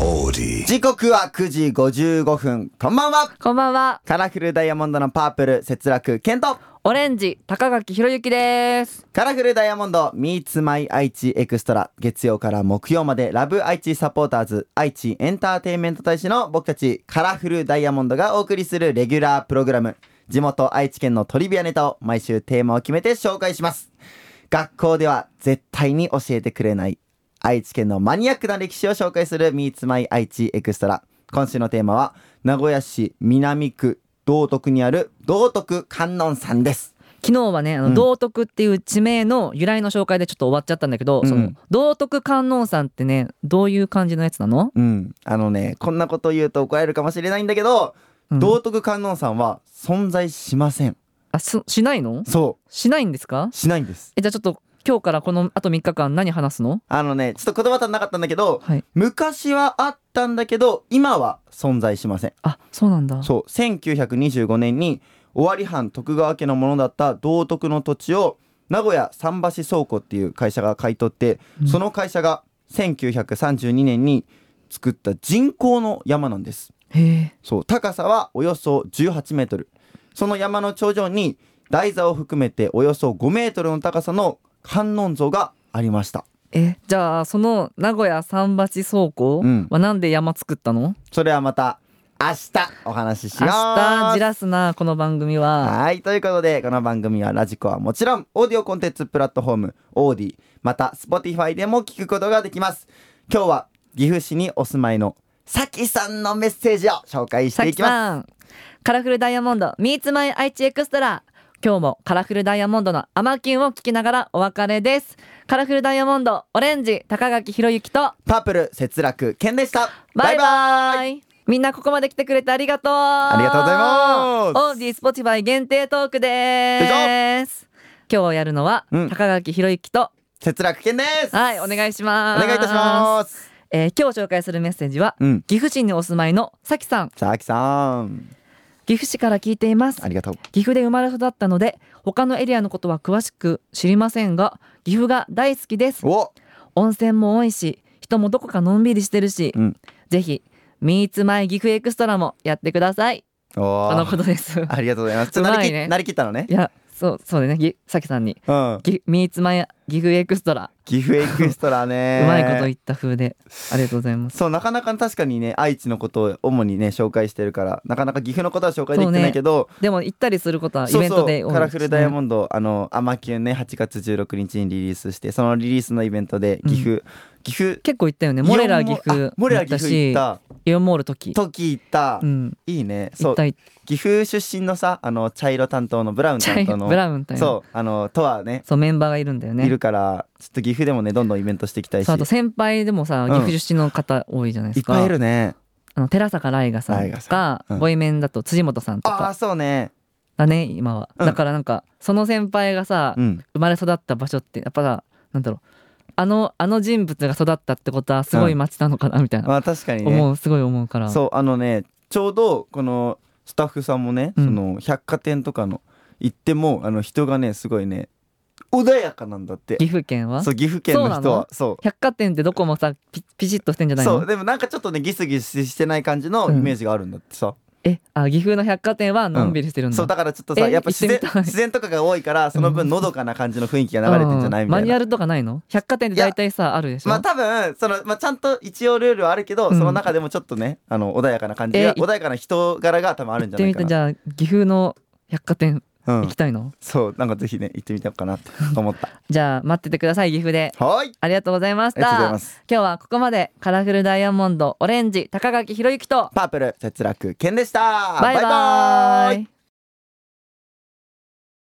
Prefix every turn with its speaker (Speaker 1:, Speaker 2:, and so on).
Speaker 1: オーディ
Speaker 2: 時刻は9時55分。こんばんは。
Speaker 3: こんばんは。
Speaker 2: カラフルダイヤモンドのパープル、節楽健と。
Speaker 3: オレンジ、高垣ひろゆきです。
Speaker 2: カラフルダイヤモンド Meets My 愛知エクストラ月曜から木曜までラブ愛知サポーターズ愛知エンターテインメント大使の僕たちカラフルダイヤモンドがお送りするレギュラープログラム地元愛知県のトリビアネタを毎週テーマを決めて紹介します学校では絶対に教えてくれない愛知県のマニアックな歴史を紹介する Meets My 愛知エクストラ今週のテーマは名古屋市南区道徳にある道徳観音さんです
Speaker 3: 昨日はね、あの、
Speaker 2: うん
Speaker 3: 道徳っていう地名の由来の紹介でちょっと終わっちゃったんだけど、
Speaker 2: うん
Speaker 3: その道徳観音さんってね、どういう感じのやつなの？
Speaker 2: うん、あのねこんなこと言うと怒られるかもしれないんだけど、
Speaker 3: うん
Speaker 2: 道徳観音さんは存在しません
Speaker 3: あ、ししないの？
Speaker 2: そ
Speaker 3: しないんですか
Speaker 2: う？しないんです
Speaker 3: え、じゃあちょっと今日からこのあと3日間何話すの？
Speaker 2: あのねちょっと言葉足んなかったんだけど
Speaker 3: はい。
Speaker 2: 昔はあったんだけど今は存在しません
Speaker 3: あ、そうなんだ。
Speaker 2: そう1925年に尾張藩徳川家のものだった道徳の土地を名古屋桟橋倉庫っていう会社が買い取って、
Speaker 3: うん
Speaker 2: その会社が1932年に作った人工の山なんです
Speaker 3: へえ。
Speaker 2: そう高さはおよそ18メートルその山の頂上に台座を含めておよそ5メートルの高さの観音像がありました
Speaker 3: え、じゃあその名古屋桟橋倉庫
Speaker 2: うん
Speaker 3: はなんで山作ったの？
Speaker 2: それはまた明日お話しし
Speaker 3: 明
Speaker 2: よう
Speaker 3: 日じらすなこの番組は。
Speaker 2: はいということでこの番組はラジコはもちろんオーディオコンテンツプラットフォームオーディまた Spotify でも聞くことができます今日は岐阜市にお住まいのさきさんのメッセージを紹介し
Speaker 3: さ
Speaker 2: てい
Speaker 3: き
Speaker 2: きます
Speaker 3: さんカラフルダイヤモンド Meets My 愛知エクストラ今日もカラフルダイヤモンドのアマキュンを聞きながらお別れですカラフルダイヤモンドオレンジ高垣ひろゆきと
Speaker 2: パープル節楽健でした
Speaker 3: バイバイ
Speaker 2: バイ
Speaker 3: みんなここまで来てくれてありがとうあ
Speaker 2: りがとうございます
Speaker 3: オーディスポティファイ限定トークです今日やるのは、
Speaker 2: うん
Speaker 3: 高垣ひろゆきと
Speaker 2: 節楽健です
Speaker 3: はいお願いしま
Speaker 2: お
Speaker 3: す
Speaker 2: 願いいたします。
Speaker 3: えー今日紹介するメッセージは
Speaker 2: うん。
Speaker 3: 岐阜市にお住まいのさきさん
Speaker 2: さあ、あきさん。
Speaker 3: 岐阜市から聞いています
Speaker 2: ありがとう。
Speaker 3: 岐阜で生まれ育ったので他のエリアのことは詳しく知りませんが岐阜が大好きです
Speaker 2: お
Speaker 3: 温泉も多いし人もどこかのんびりしてるし、
Speaker 2: うん
Speaker 3: ぜひ「ミーツマイ岐阜エクストラ」もやってください
Speaker 2: お
Speaker 3: あ
Speaker 2: あ
Speaker 3: のことです
Speaker 2: ありがとうございます。ちょ
Speaker 3: う
Speaker 2: っとな
Speaker 3: ま
Speaker 2: り
Speaker 3: い
Speaker 2: き
Speaker 3: ね
Speaker 2: なりきったのね
Speaker 3: い。やそうそうだねぎさきさんに
Speaker 2: うん。
Speaker 3: 「ぎミーツマイ岐阜エクストラ
Speaker 2: 岐阜エクストラ」ね。
Speaker 3: うまいこと言った風でありがとうございます
Speaker 2: そうなかなか確かにね愛知のことを主にね紹介してるからなかなか岐阜のことは紹介できてないけど
Speaker 3: でも行ったりすることはイ
Speaker 2: そう
Speaker 3: ベント
Speaker 2: そ
Speaker 3: で
Speaker 2: う
Speaker 3: 多い
Speaker 2: カラフルダイヤモ
Speaker 3: ン
Speaker 2: ンドあのアマキュンね8月16日にリリースしてそのリリースのイベントで岐阜、岐阜
Speaker 3: 結構行ったよねモレラ岐阜
Speaker 2: あモレラ岐
Speaker 3: 行った
Speaker 2: 阜行
Speaker 3: し
Speaker 2: った
Speaker 3: イオンモール時
Speaker 2: 時行った、
Speaker 3: うん
Speaker 2: いいねそ
Speaker 3: 行
Speaker 2: う
Speaker 3: った行っ
Speaker 2: 岐阜出身のさあの茶色担当のブラウン
Speaker 3: た
Speaker 2: 担当の
Speaker 3: ブラウンみたいな
Speaker 2: そうあのとはね
Speaker 3: そうメンバーがいるんだよね
Speaker 2: いるからちょっと岐阜でもねどんどんイベントしていきたいし
Speaker 3: そうあと
Speaker 2: い
Speaker 3: 先輩でもさ
Speaker 2: ん
Speaker 3: 岐阜出身の方多いじゃないで
Speaker 2: っ
Speaker 3: すか、
Speaker 2: ぱいいるね
Speaker 3: あの寺坂ライガさん
Speaker 2: ライガ
Speaker 3: と
Speaker 2: さ
Speaker 3: か、
Speaker 2: んうん
Speaker 3: ボイメンだと辻元さんと
Speaker 2: ああ
Speaker 3: か
Speaker 2: そうね
Speaker 3: だね今は、
Speaker 2: うん
Speaker 3: だからなんかその先輩がさ、
Speaker 2: うん
Speaker 3: 生まれ育った場所ってやっぱさなんだろうあのあの人物が育ったってことはすごい町なのかなみたいな、
Speaker 2: まあ確かにね
Speaker 3: 思うすごい思うから
Speaker 2: そうあのねちょうどこのスタッフさんもね、
Speaker 3: うん
Speaker 2: その百貨店とかの行ってもあの人がねすごいね穏やかなんだって
Speaker 3: 岐阜県は
Speaker 2: そう岐阜県の人はそう
Speaker 3: 百貨店ってどこもさピピシッとしてんじゃない
Speaker 2: そう
Speaker 3: の
Speaker 2: でもなんかちょっとねギスギスしてない感じのイメージがあるんだってさ、
Speaker 3: えあ岐阜の百貨店はのんびりしてるんだ、
Speaker 2: そうだからちょっとさ
Speaker 3: え
Speaker 2: やっぱ自然
Speaker 3: 行ってみたい
Speaker 2: 自然とかが多いからその分のどかな感じの雰囲気が流れてんじゃないうみたいな
Speaker 3: マニュアルとかないの百貨店って大体さあるでしょ、
Speaker 2: まあ多分その、まあ、ちゃんと一応ルールはあるけど、
Speaker 3: うん
Speaker 2: その中でもちょっとねあの穏やかな感じが、
Speaker 3: えい
Speaker 2: 穏やかな人柄が多分あるんじゃない
Speaker 3: 行
Speaker 2: か
Speaker 3: ってみてじ
Speaker 2: な
Speaker 3: ゃあ岐阜の百貨店
Speaker 2: う
Speaker 3: 行
Speaker 2: ん
Speaker 3: き、たいの、
Speaker 2: そうなんかぜひね行ってみたいかなって思った
Speaker 3: じゃあ待っててください岐阜で
Speaker 2: はい
Speaker 3: ありがとうございまし
Speaker 2: ありがとうござい
Speaker 3: た
Speaker 2: ま
Speaker 3: 今
Speaker 2: す
Speaker 3: 日はここまでカラフルダイヤモンドオレンジ高垣ひろゆきと
Speaker 2: パープル節楽健でした
Speaker 3: バイババイバーイ